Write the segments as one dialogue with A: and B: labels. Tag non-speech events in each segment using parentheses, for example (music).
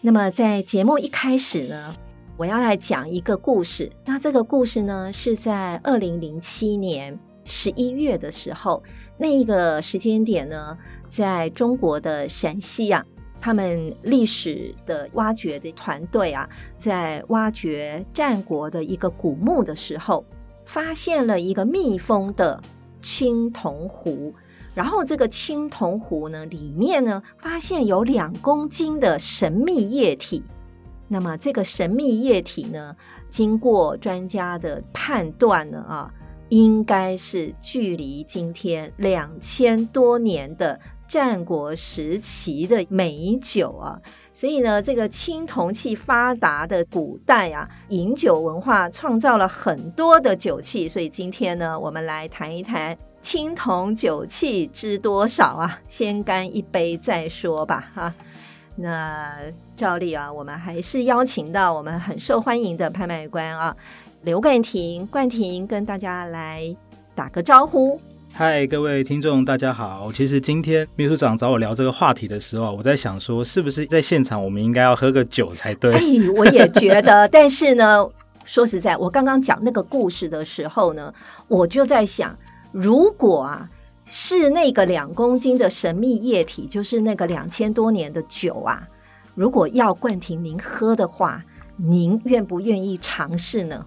A: 那么在节目一开始呢，我要来讲一个故事。那这个故事呢，是在二零零七年十一月的时候，那一个时间点呢，在中国的陕西啊，他们历史的挖掘的团队啊，在挖掘战国的一个古墓的时候，发现了一个密封的青铜壶。然后这个青铜壶呢，里面呢发现有两公斤的神秘液体。那么这个神秘液体呢，经过专家的判断呢，啊，应该是距离今天两千多年的战国时期的美酒啊。所以呢，这个青铜器发达的古代啊，饮酒文化创造了很多的酒器。所以今天呢，我们来谈一谈青铜酒器知多少啊？先干一杯再说吧，哈、那照例啊，我们还是邀请到我们很受欢迎的拍卖官啊，刘冠廷，冠廷跟大家来打个招呼。
B: 嗨，各位听众，大家好。其实今天秘书长找我聊这个话题的时候啊，我在想说，是不是在现场我们应该要喝个酒才对？
A: 哎，我也觉得，但是呢，说实在，我刚刚讲那个故事的时候呢，我就在想，如果啊是那个两公斤的神秘液体，就是那个两千多年的酒啊，如果要冠廷您喝的话，您愿不愿意尝试呢？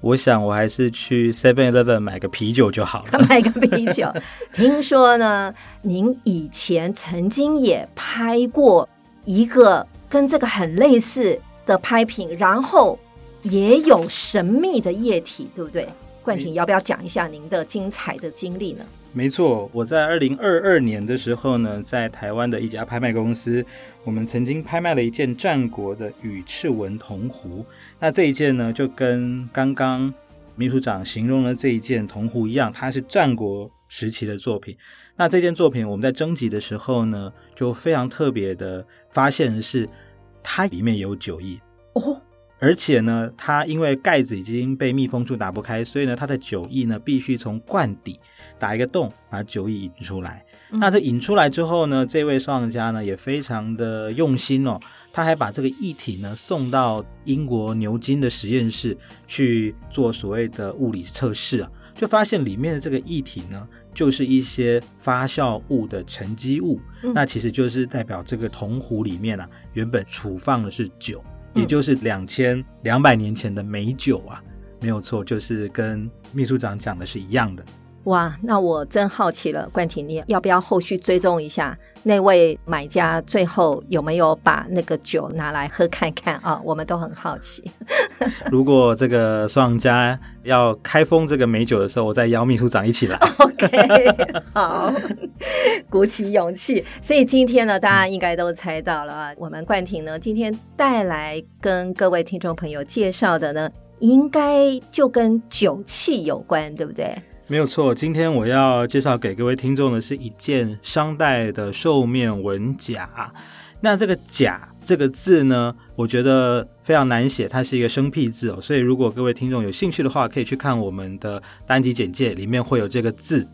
B: 我想我还是去 Seven Eleven 买个啤酒就好
A: (laughs)
B: 了。
A: 买个啤酒。听说呢，您以前曾经也拍过一个跟这个很类似的拍品，然后也有神秘的液体，对不对？冠廷，要不要讲一下您的精彩的经历呢？
B: 没错，我在二零二二年的时候呢，在台湾的一家拍卖公司，我们曾经拍卖了一件战国的羽赤纹铜壶。那这一件呢，就跟刚刚秘书长形容的这一件铜壶一样，它是战国时期的作品。那这件作品我们在征集的时候呢，就非常特别的发现的是，它里面有酒液。
A: 哦，
B: 而且呢，它因为盖子已经被密封处打不开，所以呢，它的酒液呢必须从罐底打一个洞，把酒液引出来。
A: 嗯
B: 那这引出来之后呢，这位收藏家呢也非常的用心哦，他还把这个液体呢送到英国牛津的实验室去做所谓的物理测试啊，就发现里面的这个液体呢，就是一些发酵物的沉积物，
A: 嗯
B: 那其实就是代表这个铜壶里面啊，原本储放的是酒，
A: 嗯
B: 也就是两千两百年前的美酒啊，没有错，就是跟秘书长讲的是一样的。
A: 哇，那我真好奇了，冠廷，你要不要后续追踪一下那位买家最后有没有把那个酒拿来喝看看啊？我们都很好奇。
B: 如果这个收藏家要开封这个美酒的时候，我再邀秘书长一起来。
A: OK，好， (laughs) 鼓起勇气。所以今天呢，大家应该都猜到了啊，我们冠廷呢今天带来跟各位听众朋友介绍的呢，应该就跟酒器有关，对不对？
B: 没有错，今天我要介绍给各位听众的是一件商代的兽面纹甲。那这个“甲”这个字呢，我觉得非常难写，它是一个生僻字哦。所以如果各位听众有兴趣的话，可以去看我们的单集简介，里面会有这个字。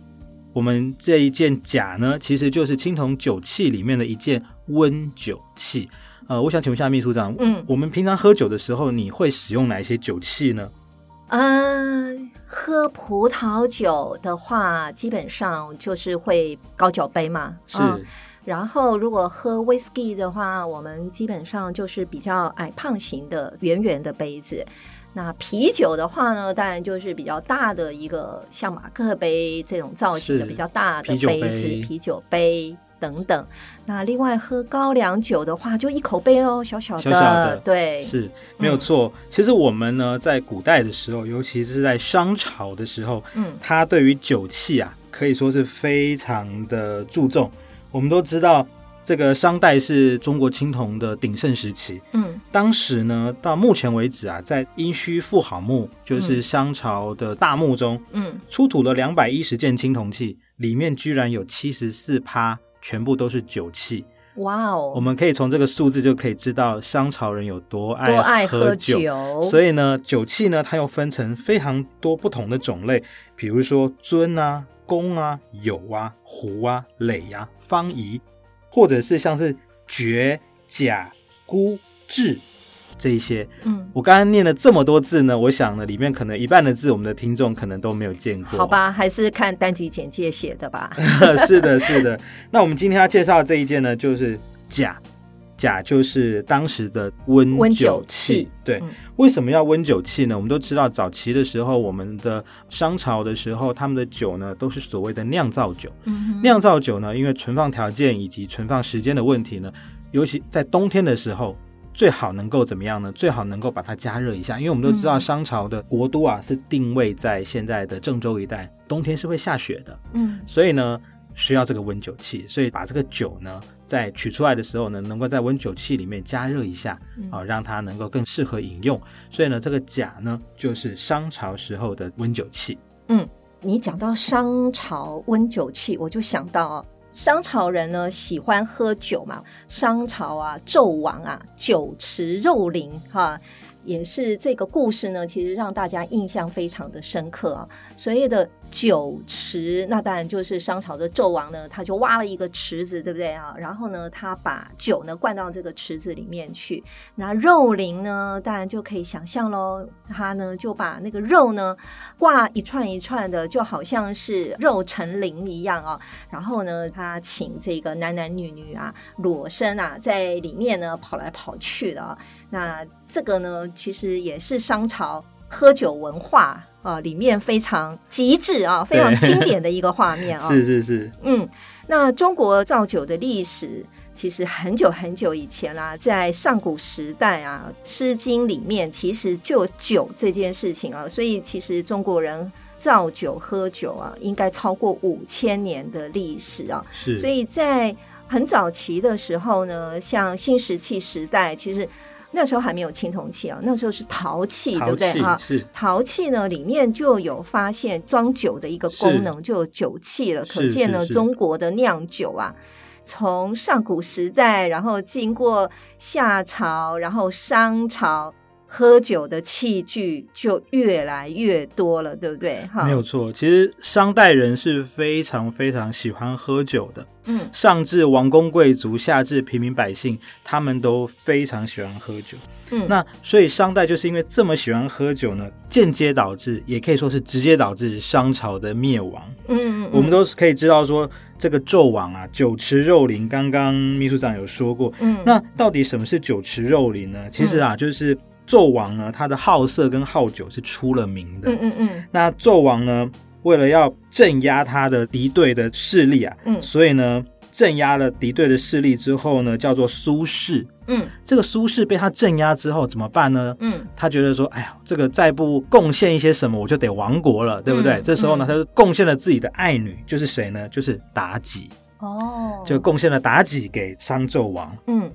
B: 我们这一件甲呢，其实就是青铜酒器里面的一件温酒器。呃，我想请问一下秘书长，
A: 嗯
B: 我们平常喝酒的时候，你会使用哪一些酒器呢？
A: 嗯，喝葡萄酒的话，基本上就是会高脚杯嘛，
B: 是、
A: 嗯然后，如果喝 whisky 的话，我们基本上就是比较矮胖型的圆圆的杯子。那啤酒的话呢，当然就是比较大的一个，像马克杯这种造型的
B: 是
A: 比较大的
B: 啤酒
A: 杯子、
B: 杯
A: 啤酒杯等等。那另外喝高粱酒的话，就一口杯哦，小小的，
B: 小小的
A: 对，
B: 是没有错。其实我们呢，在古代的时候，尤其是在商朝的时候，
A: 嗯
B: 它对于酒器啊，可以说是非常的注重。我们都知道，这个商代是中国青铜的鼎盛时期，
A: 嗯
B: 当时呢，到目前为止啊，在殷墟妇好墓，就是商朝的大墓中，
A: 嗯，
B: 出土了两百一十件青铜器，里面居然有七十四趴全部都是酒器。
A: 哇
B: 我
A: 哦，
B: 们可以从这个数字就可以知道商朝人有多
A: 多爱
B: 爱
A: 喝
B: 酒。
A: 酒，
B: 所以呢，酒器呢，它又分成非常多不同的种类，比如说樽啊、弓啊、酉啊、壶啊、垒啊、方仪，或者是像是爵、甲、孤、制这一些。
A: 嗯，
B: 我刚刚念了这么多字呢，我想呢，里面可能一半的字，我们的听众可能都没有见过。
A: 好，吧，还是看单集简介写的
B: (laughs)
A: 吧。
B: 是的，是的。那我们今天要介绍的这一件呢，就是甲，甲就是当时的温
A: 温
B: 酒
A: 酒器
B: 器。对，
A: 嗯
B: 为什么要温酒器呢？我们都知道，早期的时候，我们的商朝的时候，他们的酒呢都是所谓的酿造酒。
A: 嗯哼，
B: 酿造酒呢，因为存放条件以及存放时间的问题呢，尤其在冬天的时候，最好能够怎么样呢？最好能够把它加热一下，因为我们都知道
A: 嗯
B: 商朝的国都啊是定位在现在的郑州一带，冬天是会下雪的，
A: 嗯
B: 所以呢需要这个温酒器，所以把这个酒呢在取出来的时候呢，能够在温酒器里面加热一下，
A: 嗯
B: 啊、让它能够更适合饮用。所以呢，这个甲呢就是商朝时候的温酒器。
A: 你讲到商朝温酒器，我就想到啊，商朝人呢喜欢喝酒嘛，商朝啊，纣王啊，酒池肉林哈、也是这个故事呢，其实让大家印象非常的深刻啊。所谓的酒池，那当然就是商朝的纣王呢，他就挖了一个池子，对不对啊？然后呢，他把酒呢灌到这个池子里面去。那肉林呢，当然就可以想象喽，他呢就把那个肉呢挂一串一串的，就好像是肉成林一样哦。然后呢，他请这个男男女女啊，裸身啊，在里面呢跑来跑去的哦、那这个呢，其实也是商朝喝酒文化啊、里面非常极致啊，非常
B: 对
A: 经典的一个画面啊、
B: (laughs) 是是是，
A: 嗯，那中国造酒的历史其实很久很久以前啦、在上古时代啊，《诗经》里面其实就有酒这件事情啊，所以其实中国人造酒喝酒啊，应该超过五千年的历史啊。
B: 是，
A: 所以在很早期的时候呢，像新石器时代，其实那时候还没有青铜器啊，那时候是陶器，对
B: 陶
A: 不对
B: 器
A: 啊？
B: 是
A: 陶器呢，里面就有发现装酒的一个功能，就有酒器了。
B: 是
A: 可见呢，
B: 是是
A: 中国的酿酒啊，从上古时代，然后经过夏朝，然后商朝，喝酒的器具就越来越多了，对不对？哈
B: 没有，错，其实商代人是非常非常喜欢喝酒的，
A: 嗯
B: 上至王公贵族，下至平民百姓，他们都非常喜欢喝酒。
A: 嗯，
B: 那所以商代就是因为这么喜欢喝酒呢，间接导致，也可以说是直接导致商朝的灭亡。
A: 嗯嗯，
B: 我们都是可以知道说，这个纣王啊，酒池肉林，刚刚秘书长有说过。
A: 嗯
B: 那到底什么是酒池肉林呢？其实啊，就是纣王呢，他的好色跟好酒是出了名的。
A: 嗯嗯嗯
B: 那纣王呢，为了要镇压他的敌对的势力啊，
A: 嗯
B: 所以呢，镇压了敌对的势力之后呢，叫做苏轼。
A: 嗯
B: 这个苏轼被他镇压之后怎么办呢？
A: 嗯
B: 他觉得说，哎呀，这个再不贡献一些什么，我就得亡国了，对不对？
A: 嗯
B: 这时候呢
A: 嗯，
B: 他就贡献了自己的爱女，就是谁呢？就是妲己，
A: 哦，
B: 就贡献了妲己给商纣王。
A: 嗯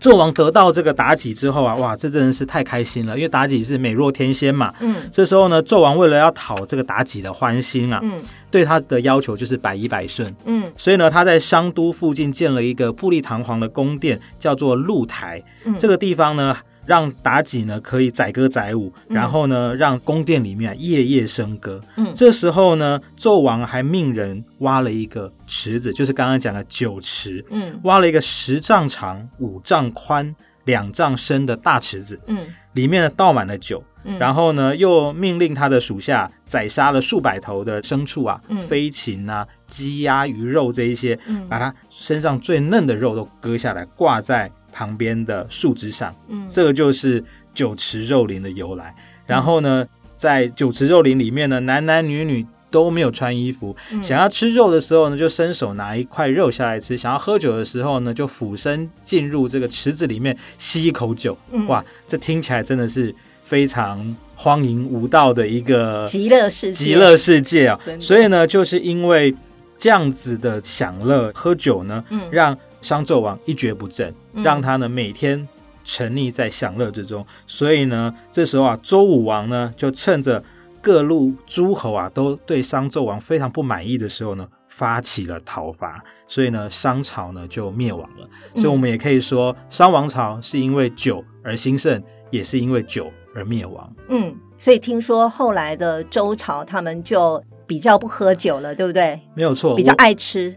B: 纣王得到这个妲己之后啊，哇，这真的是太开心了，因为妲己是美若天仙嘛。
A: 嗯
B: 这时候呢，纣王为了要讨这个妲己的欢心啊，
A: 嗯
B: 对他的要求就是百依百顺。
A: 嗯
B: 所以呢，他在商都附近建了一个富丽堂皇的宫殿，叫做露台。
A: 嗯，
B: 这个地方呢，让妲己呢可以载歌载舞，
A: 嗯
B: 然后呢，让宫殿里面啊夜夜笙歌。
A: 嗯
B: 这时候呢，纣王还命人挖了一个池子，就是刚刚讲的酒池，
A: 嗯
B: 挖了一个十丈长、五丈宽、两丈深的大池子，
A: 嗯
B: 里面呢倒满了酒。
A: 嗯，
B: 然
A: 后
B: 后呢，又命令他的属下宰杀了数百头的牲畜啊、
A: 嗯
B: 飞禽啊、鸡鸭鱼肉这一些，
A: 嗯
B: 把它身上最嫩的肉都割下来，挂在旁边的树枝上。
A: 嗯
B: 这个就是酒池肉林的由来。然后呢，在酒池肉林里面呢，男男女女。都没有穿衣服，
A: 嗯
B: 想要吃肉的时候呢，就伸手拿一块肉下来吃；想要喝酒的时候呢，就俯身进入这个池子里面吸一口酒。
A: 嗯
B: 哇，这听起来真的是非常荒淫无道的一个
A: 极乐世界，
B: 极乐世界啊
A: 真！的
B: 所以呢，就是因为这样子的享乐喝酒呢，
A: 嗯
B: 让商纣王一蹶不振，
A: 嗯
B: 让他呢每天沉溺在享乐之中。所以呢，这时候啊，周武王呢就趁着各路诸侯啊都对商纣王非常不满意的时候呢，发起了讨伐。所以呢，商朝呢就灭亡了。
A: 嗯
B: 所以我们也可以说，商王朝是因为酒而兴盛，也是因为酒而灭亡。
A: 嗯，所以听说后来的周朝他们就比较不喝酒了，对不对？
B: 没有错，
A: 比较
B: 我
A: 爱吃。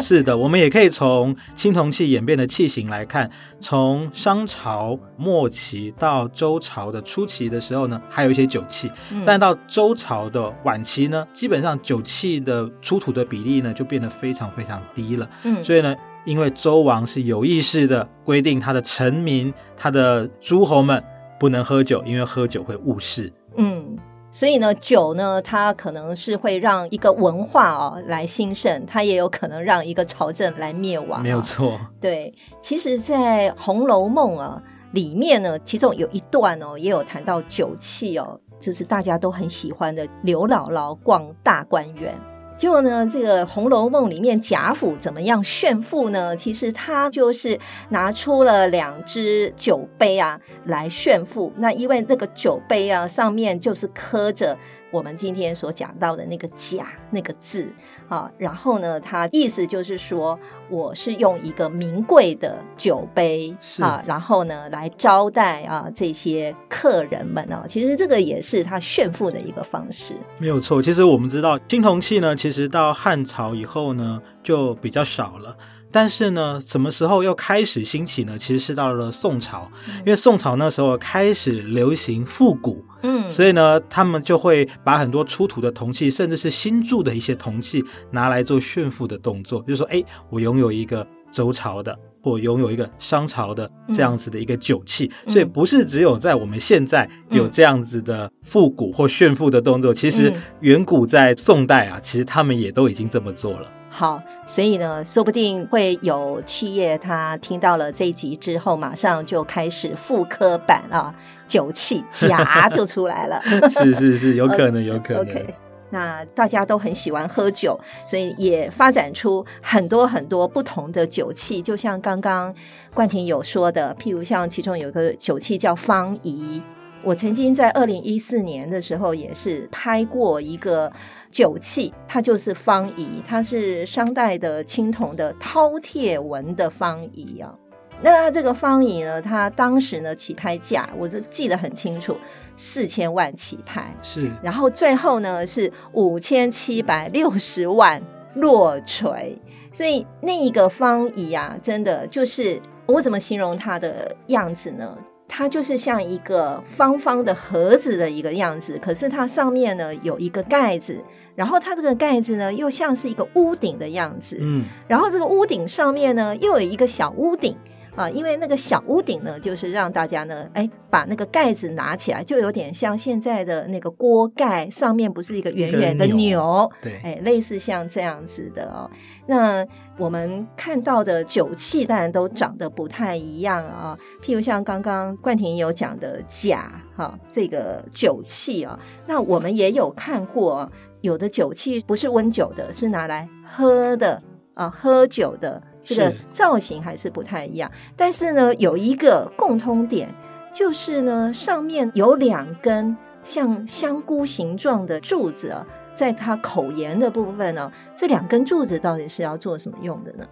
B: 是的，我们也可以从青铜器演变的器型来看，从商朝末期到周朝的初期的时候呢，还有一些酒器，
A: 嗯
B: 但到周朝的晚期呢，基本上酒器的出土的比例呢就变得非常非常低了。
A: 嗯
B: 所以呢，因为周王是有意识的规定他的臣民、他的诸侯们不能喝酒，因为喝酒会误事。
A: 嗯，所以呢，酒呢，它可能是会让一个文化哦来兴盛，它也有可能让一个朝政来灭亡、
B: 没有。错， (laughs)
A: 对，其实，在《红楼梦》啊里面呢，其中有一段哦，也有谈到酒器哦，这是大家都很喜欢的刘姥姥逛大观园。结果呢，这个《红楼梦》里面贾府怎么样炫富呢？其实他就是拿出了两只酒杯啊来炫富。那因为那个酒杯啊上面就是刻着我们今天所讲到的那个“贾”那个字，啊，然后呢，它意思就是说，我是用一个名贵的酒杯
B: 是
A: 啊，然后呢来招待啊这些客人们啊。其实这个也是他炫富的一个方式。
B: 没有错，其实我们知道青铜器呢，其实到汉朝以后呢就比较少了。但是呢，什么时候又开始兴起呢？其实是到了宋朝，因为宋朝那时候开始流行复古，
A: 嗯
B: 所以呢，他们就会把很多出土的铜器，甚至是新铸的一些铜器，拿来做炫富的动作，就是说，哎，我拥有一个周朝的，或拥有一个商朝的这样子的一个酒器，
A: 嗯
B: 所以不是只有在我们现在有这样子的复古或炫富的动作，其实
A: 嗯
B: 远古在宋代啊，其实他们也都已经这么做了。 (laughs)
A: 好，所以呢，说不定会有企业他听到了这一集之后，马上就开始复刻版啊，酒气 (laughs) 夹就出来了。
B: 是是是，有
A: (laughs)
B: 可能，有可能。
A: 哦 OK，那大家都很喜欢喝酒，所以也发展出很多很多不同的酒器。就像刚刚冠廷有说的，譬如像其中有一个酒器叫方怡。我曾经在二零一四年的时候也是拍过一个酒器，它就是方怡，它是商代的青铜的饕餮纹的方怡啊。那这个方怡呢，它当时呢起拍价，我就记得很清楚，四千万起拍。
B: 是
A: 然后最后呢是五千七百六十万落锤，所以那一个方怡啊，真的就是我怎么形容它的样子呢？它就是像一个方方的盒子的一个样子，可是它上面呢有一个盖子，然后它这个盖子呢又像是一个屋顶的样子，
B: 嗯，
A: 然后这个屋顶上面呢，又有一个小屋顶啊，因为那个小屋顶呢，就是让大家呢，哎，把那个盖子拿起来，就有点像现在的那个锅盖上面不是一个圆圆的
B: 一个钮
A: 钮，
B: 对，
A: 哎，类似像这样子的哦。那我们看到的酒器当然都长得不太一样啊、譬如像刚刚冠廷有讲的甲哈、这个酒器啊、那我们也有看过、有的酒器不是温酒的，是拿来喝的啊、喝酒的。这个
B: 是
A: 造型还是不太一样，但是呢，有一个共通点，就是呢，上面有两根像香菇形状的柱子啊，在它口沿的部分呢、这两根柱子到底是要做什么用的呢？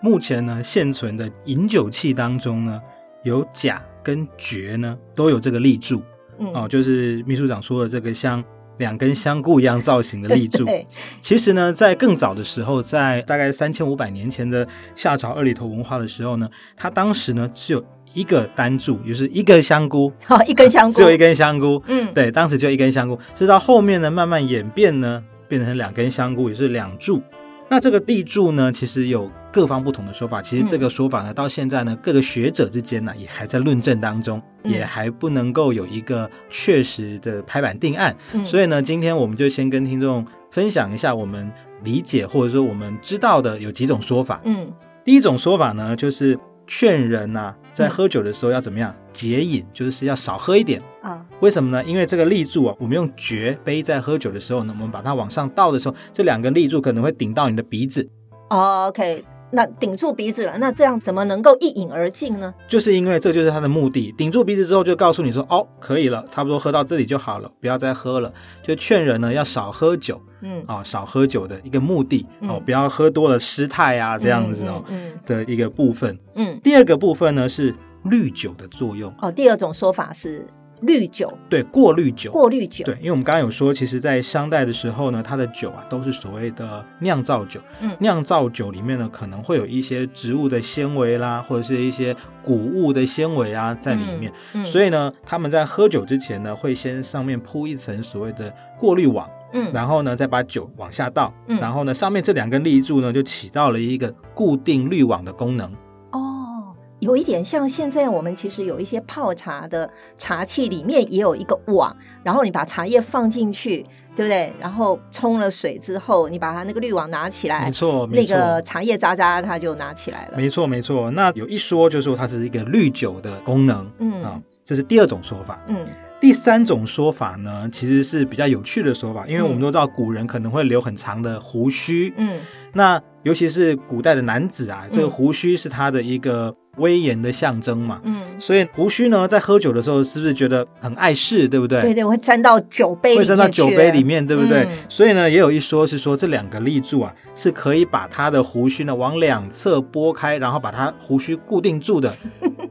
B: 目前呢，现存的饮酒器当中呢，有甲跟爵呢都有这个立柱
A: 嗯，
B: 哦，就是秘书长说的这个像两根香菇一样造型的立柱。
A: (laughs) 对，
B: 其实呢，在更早的时候，在大概三千五百年前的夏朝二里头文化的时候呢，它当时呢只有一个单柱，也就是一个香菇，
A: 好，一根香菇，
B: 只有一根香菇。
A: 嗯，
B: 对，当时就一根香菇，是到后面呢慢慢演变呢，变成两根香菇，也是两柱。那这个立柱呢，其实有各方不同的说法。
A: 嗯
B: 其实这个说法呢，到现在呢，各个学者之间呢，也还在论证当中，
A: 嗯
B: 也还不能够有一个确实的拍板定案。
A: 嗯，
B: 所以呢，今天我们就先跟听众分享一下我们理解或者说我们知道的有几种说法。
A: 嗯
B: 第一种说法呢，就是劝人呐、在
A: 嗯
B: 喝酒的时候要怎么样节饮，就是要少喝一点。
A: 啊，
B: 为什么呢？因为这个立柱啊，我们用爵杯在喝酒的时候呢，我们把它往上倒的时候，这两根立柱可能会顶到你的鼻子，
A: 哦，OK，那顶住鼻子了，那这样怎么能够一饮而尽呢？
B: 就是因为这就是他的目的，顶住鼻子之后就告诉你说，哦，可以了，差不多喝到这里就好了，不要再喝了，就劝人呢要少喝酒
A: 嗯，
B: 啊、少喝酒的一个目的哦，
A: 嗯
B: 不要喝多了失态啊这样子哦、
A: 嗯
B: 的一个部分。
A: 嗯嗯嗯
B: 第二个部分呢是滤酒的作用，
A: 哦，第二种说法是滤酒、
B: 对，过滤酒。
A: 过滤酒。
B: 对，因为我们刚刚有说，其实，在商代的时候呢，它的酒啊都是所谓的酿造酒。
A: 嗯
B: 酿造酒里面呢，可能会有一些植物的纤维啦，或者是一些谷物的纤维啊在里面。
A: 嗯，
B: 所
A: 以
B: 以呢，他们在喝酒之前呢，会先上面铺一层所谓的过滤网，
A: 嗯
B: 然后呢再把酒往下倒，
A: 嗯
B: 然后呢上面这两根立柱呢就起到了一个固定滤网的功能。
A: 哦，有一点像现在我们其实有一些泡茶的茶器里面也有一个网，然后你把茶叶放进去，对不对？然后冲了水之后，你把它那个滤网拿起来
B: 没，错，没
A: 哎那
B: 错。
A: 个茶叶渣渣它就拿起来了。
B: 没错，没错。那有一说就是说它是一个滤酒的功能，
A: 嗯
B: 啊、这是第二种说法。
A: 嗯
B: 第三种说法呢，其实是比较有趣的说法，因为我们
A: 嗯
B: 都知道古人可能会留很长的胡须，
A: 嗯
B: 那尤其是古代的男子啊，这个
A: 嗯
B: 胡须是他的一个威严的象征嘛。
A: 嗯，
B: 所以胡须呢，在喝酒的时候，是不是觉得很碍事，对不对？
A: 对对，我会沾到酒杯里
B: 会
A: 面去。
B: 沾到酒杯里面，对不对？
A: 嗯
B: 所以呢，也有一说是说这两个立柱啊，是可以把它的胡须呢往两侧拨开，然后把它胡须固定
A: (laughs)
B: 住的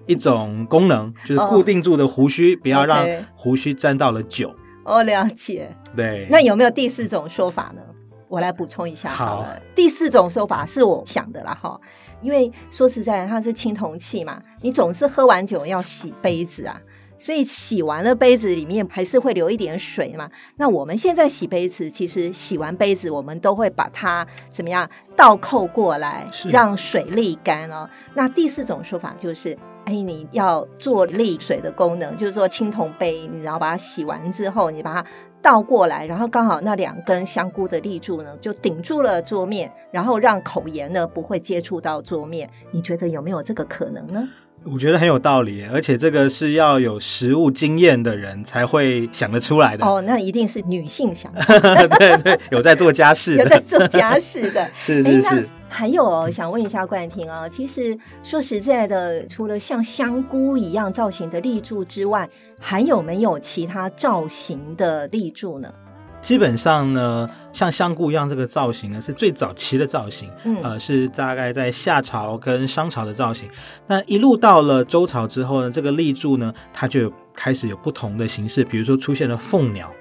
B: 一种功能，就是
A: 哦
B: 固定住的胡须，不要让
A: OK
B: 胡须沾到了酒。
A: 我哦了解。
B: 对，
A: 那有没有第四种说法呢？我来补充一下好了。
B: 好
A: 第四种说法是我想的啦哈，因为说实在，它是青铜器嘛，你总是喝完酒要洗杯子啊，所以洗完了杯子里面还是会留一点水嘛。那我们现在洗杯子，其实洗完杯子，我们都会把它怎么样倒扣过来
B: 是，
A: 让水沥干哦。那第四种说法就是。哎，你要做沥水的功能，就是说青铜杯，你然后把它洗完之后，你把它倒过来，然后刚好那两根香菇的立柱呢，就顶住了桌面，然后让口沿呢不会接触到桌面。你觉得有没有这个可能呢？
B: 我觉得很有道理耶，而且这个是要有实物经验的人才会想得出来的。
A: 哦，那一定是女性想法
B: (laughs) 对对，有在做家
A: (laughs)
B: 事
A: 有在
B: 的，
A: 做家事的。
B: (laughs) 是
A: 哎，
B: 是
A: 那
B: 是，
A: 还有哦，想问一下冠廷哦，其实说实在的，除了像香菇一样造型的立柱之外，还有没有其他造型的立柱呢？
B: 基本上呢，像香菇一样这个造型呢，是最早期的造型。
A: 嗯，
B: 呃，是大概在夏朝跟商朝的造型。那一路到了周朝之后呢，这个立柱呢，它就有开始有不同的形式，比如说出现了凤鸟、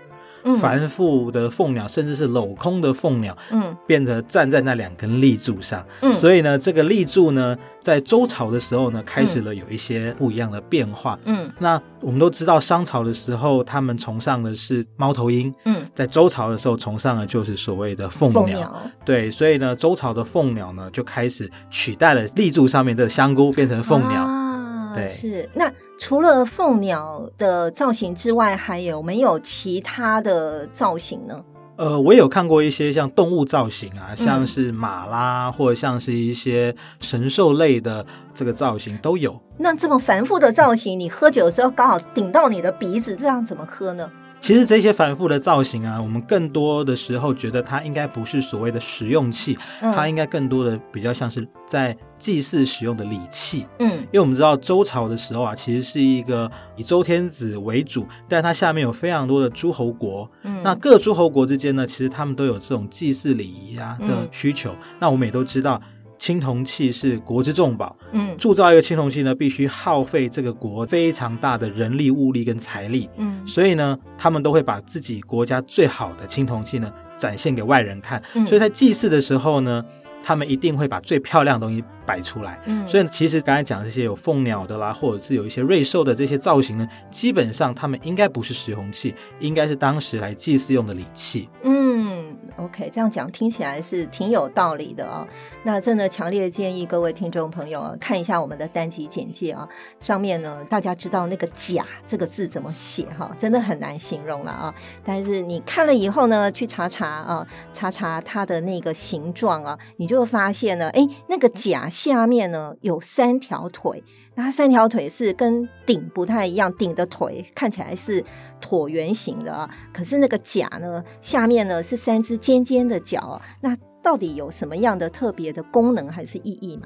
A: 嗯
B: 繁复的凤鸟，甚至是镂空的凤鸟，
A: 嗯
B: 变得站在那两根立柱上。
A: 嗯，以
B: 所以呢，这个立柱呢，在周朝的时候呢，开始了有一些不一样的变化。
A: 嗯
B: 那我们都知道，商朝的时候他们崇尚的是猫头鹰，
A: 嗯，
B: 在周朝的时候崇尚的就是所谓的凤
A: 凤
B: 鸟。
A: 鸟
B: 对，所以呢，周朝的凤鸟呢就开始取代了立柱上面的香菇，变成凤鸟。
A: 啊、
B: 对
A: 是。那除了凤鸟的造型之外，还有没有其他的造型呢？
B: 呃，我也有看过一些像动物造型啊，
A: 嗯
B: 像是马啦，或者像是一些神兽类的这个造型都有。
A: 那这么繁复的造型，你喝酒的时候刚好顶到你的鼻子，这样怎么喝呢？
B: 其实这些繁复的造型啊，我们更多的时候觉得它应该不是所谓的实用器，它
A: 嗯
B: 应该更多的比较像是在祭祀使用的礼器。
A: 嗯
B: 因为我们知道周朝的时候啊，其实是一个以周天子为主，但它下面有非常多的诸侯国，
A: 嗯，
B: 那各诸侯国之间呢，其实他们都有这种祭祀礼仪啊的
A: 嗯
B: 需求。那我们也都知道，青铜器是国之重宝，
A: 嗯
B: 铸造一个青铜器呢，必须耗费这个国非常大的人力、物力跟财力。
A: 嗯
B: 所以呢，他们都会把自己国家最好的青铜器呢展现给外人看。
A: 嗯
B: 所以在祭祀的时候呢，他们一定会把最漂亮的东西摆出来。
A: 嗯，
B: 所
A: 以
B: 以其实刚才讲的这些有凤鸟的啦，或者是有一些瑞兽的这些造型呢，基本上它们应该不是石红器，应该是当时来祭祀用的礼器。
A: 嗯，OK，这样讲听起来是挺有道理的哦。那真的强烈建议各位听众朋友啊看一下我们的单集简介啊，上面呢大家知道那个“假”这个字怎么写哈、真的很难形容了啊。但是你看了以后呢，去查查啊，查查它的那个形状啊，你就会发现呢，诶，那个甲下面呢有三条腿，那它三条腿是跟顶不太一样，顶的腿看起来是椭圆形的啊，可是那个甲呢下面呢是三只尖尖的脚啊、那到底有什么样的特别的功能还是意义吗？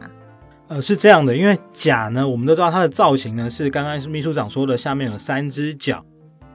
B: 呃，是这样的，因为甲呢，我们都知道它的造型呢是刚刚秘书长说的，下面有三只脚。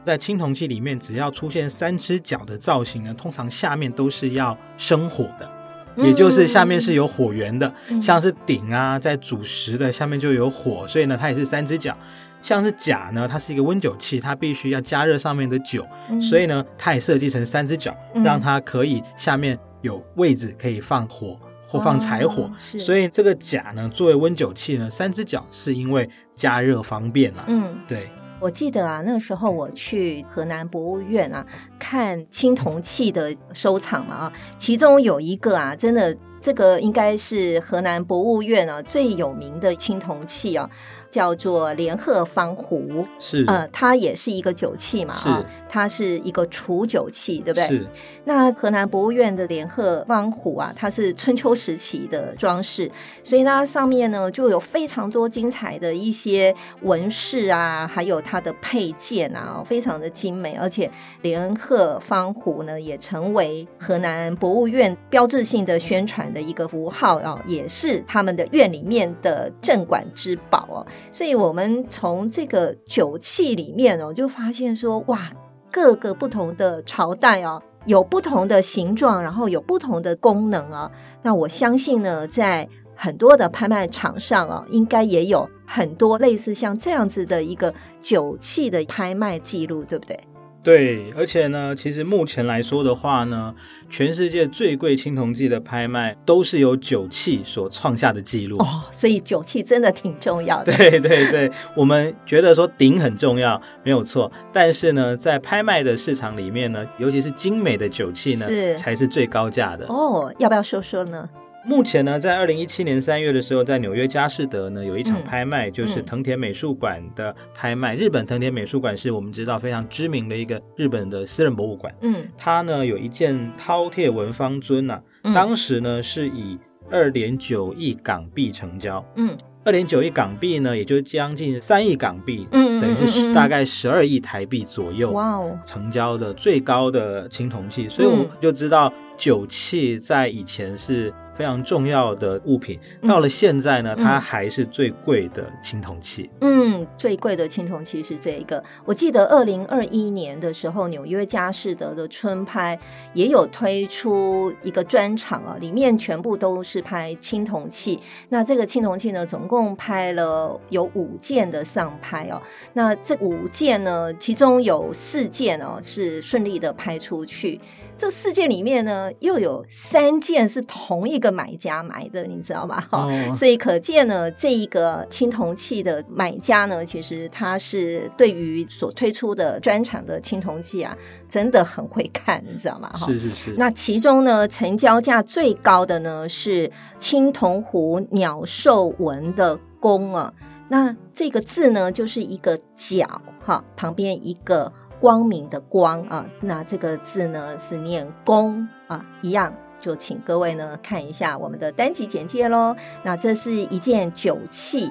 B: 在青铜器里面，只要出现三只脚的造型呢，通常下面都是要生火的，也就是下面是有火源的，
A: 嗯
B: 像是鼎啊，在煮食的下面就有火，所以呢，它也是三只脚。像是甲呢，它是一个温酒器，它必须要加热上面的酒，
A: 嗯
B: 所以呢，它也设计成三只脚，
A: 嗯
B: 让它可以下面有位置可以放火或放柴火。
A: 哦是
B: 所以这个甲呢，作为温酒器呢，三只脚是因为加热方便嘛。
A: 嗯，
B: 对，
A: 我记得啊，那时候我去河南博物院啊，看青铜器的收藏嘛啊，其中有一个啊，真的这个应该是河南博物院啊最有名的青铜器啊，叫做莲鹤方壶，
B: 是，
A: 呃，它也是一个酒器嘛啊
B: 是，
A: 它是一个储酒器，对不对？
B: 是，
A: 那河南博物院的莲鹤方壶啊，它是春秋时期的装饰，所以它上面呢啊就有非常多精彩的一些纹饰啊，还有它的配件啊，非常的精美。而且莲鹤方壶呢，也成为河南博物院标志性的宣传的一个符号啊，也是他们的院里面的镇馆之宝哦、所以我们从这个酒器里面哦，就发现说，哇，各个不同的朝代哦，有不同的形状，然后有不同的功能啊。那我相信呢，在很多的拍卖场上啊，应该也有很多类似像这样子的一个酒器的拍卖记录，对不对？
B: 对。而且呢，其实目前来说的话呢，全世界最贵青铜器的拍卖都是由酒器所创下的记录。
A: 哦，所以酒器真的挺重要的。
B: (laughs) 对对对，我们觉得说鼎很重要，没有错。但是呢，在拍卖的市场里面呢，尤其是精美的酒器呢，
A: 是
B: 才是最高价的。
A: 哦，要不要说说呢？
B: 目前呢，在二零一七年三月的时候，在纽约佳士得呢有一场拍卖，
A: 嗯
B: 就是藤田美术馆的拍卖。日本藤田美术馆是我们知道非常知名的一个日本的私人博物馆。
A: 嗯，
B: 它呢有一件饕餮文方尊呐、
A: 嗯
B: 当时呢是以二点九亿港币成交。
A: 嗯
B: 二点九亿港币呢，也就将近三亿港币，
A: 嗯嗯
B: 等于
A: 嗯嗯
B: 是
A: 嗯
B: 大概十二亿台币左右。
A: 哇哦，嗯
B: 成交的最高的青铜器，所以我们就知道酒器在以前是非常重要的物品，
A: 嗯
B: 到了现在呢，
A: 嗯
B: 它还是最贵的青铜器。
A: 嗯，最贵的青铜器是这一个。我记得二零二一年的时候，纽约佳士得的春拍也有推出一个专场啊，里面全部都是拍青铜器。那这个青铜器呢，总共拍了有五件的上拍哦。那这五件呢，其中有四件哦是顺利的拍出去。这四件里面呢，又有三件是同一个买家买的，你知道吗？哈、
B: 哦
A: 所以可见呢，这一个青铜器的买家呢，其实他是对于所推出的专场的青铜器啊，真的很会看，你知道吗？哈。
B: 是是是，
A: 那其中呢，成交价最高的呢是青铜壶鸟兽纹的弓啊，那这个字呢就是一个角哈，旁边一个光明的光啊，那这个字呢是念弓啊，一样。就请各位呢看一下我们的单集简介喽。那这是一件酒器，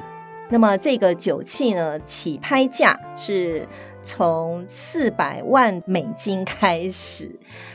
A: 那么这个酒器呢，起拍价是从四百万美金开始，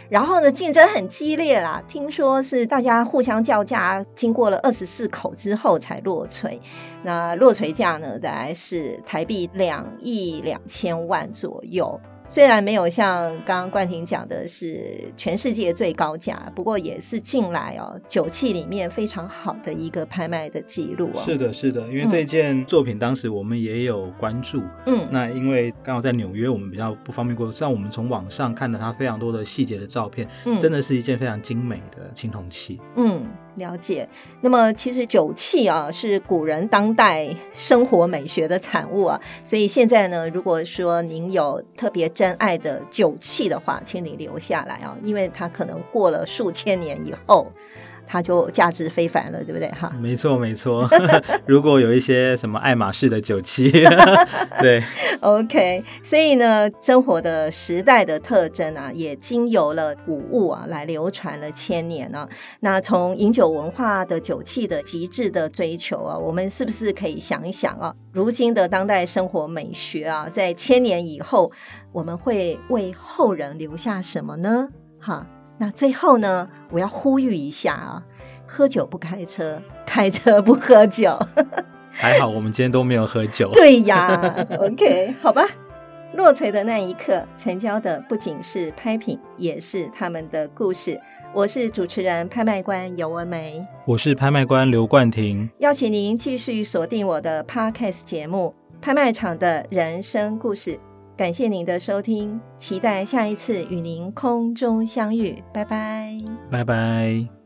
A: 然后呢，竞争很激烈啦。听说是大家互相叫价，经过了二十四口之后才落锤。那落锤价呢，大概是台币两亿两千万左右。虽然没有像刚刚冠廷讲的是全世界最高价，不过也是近来哦酒器里面非常好的一个拍卖的记录哦。
B: 是的，是的，因为这件作品当时我们也有关注。
A: 嗯，
B: 那因为刚好在纽约，我们比较不方便过，但我们从网上看了它非常多的细节的照片，
A: 嗯
B: 真的是一件非常精美的青铜器。
A: 嗯，了解。那么其实酒器啊是古人当代生活美学的产物啊，所以现在呢，如果说您有特别珍爱的酒器的话，请你留下来啊，因为它可能过了数千年以后，它就价值非凡了，对不对哈？
B: 没错，
A: (laughs)
B: 没错。如果有一些什么爱马仕的酒器，对，
A: OK，所以呢，生活的时代的特征啊，也经由了古物啊来流传了千年啊。那从饮酒文化的酒器的极致的追求啊，我们是不是可以想一想啊，如今的当代生活美学啊，在千年以后，我们会为后人留下什么呢？哈，那最后呢，我要呼吁一下啊，喝酒不开车，开车不喝酒。
B: 还好我们今天都没有喝酒。
A: 对呀 (laughs) ，OK，好吧。落锤的那一刻，成交的不仅是拍品，也是他们的故事。我是主持人、拍卖官尤文梅，
B: 我是拍卖官刘冠廷，
A: 邀请您继续锁定我的 Podcast 节目《拍卖场的人生故事》。感谢您的收听，期待下一次与您空中相遇，拜拜。
B: 拜拜。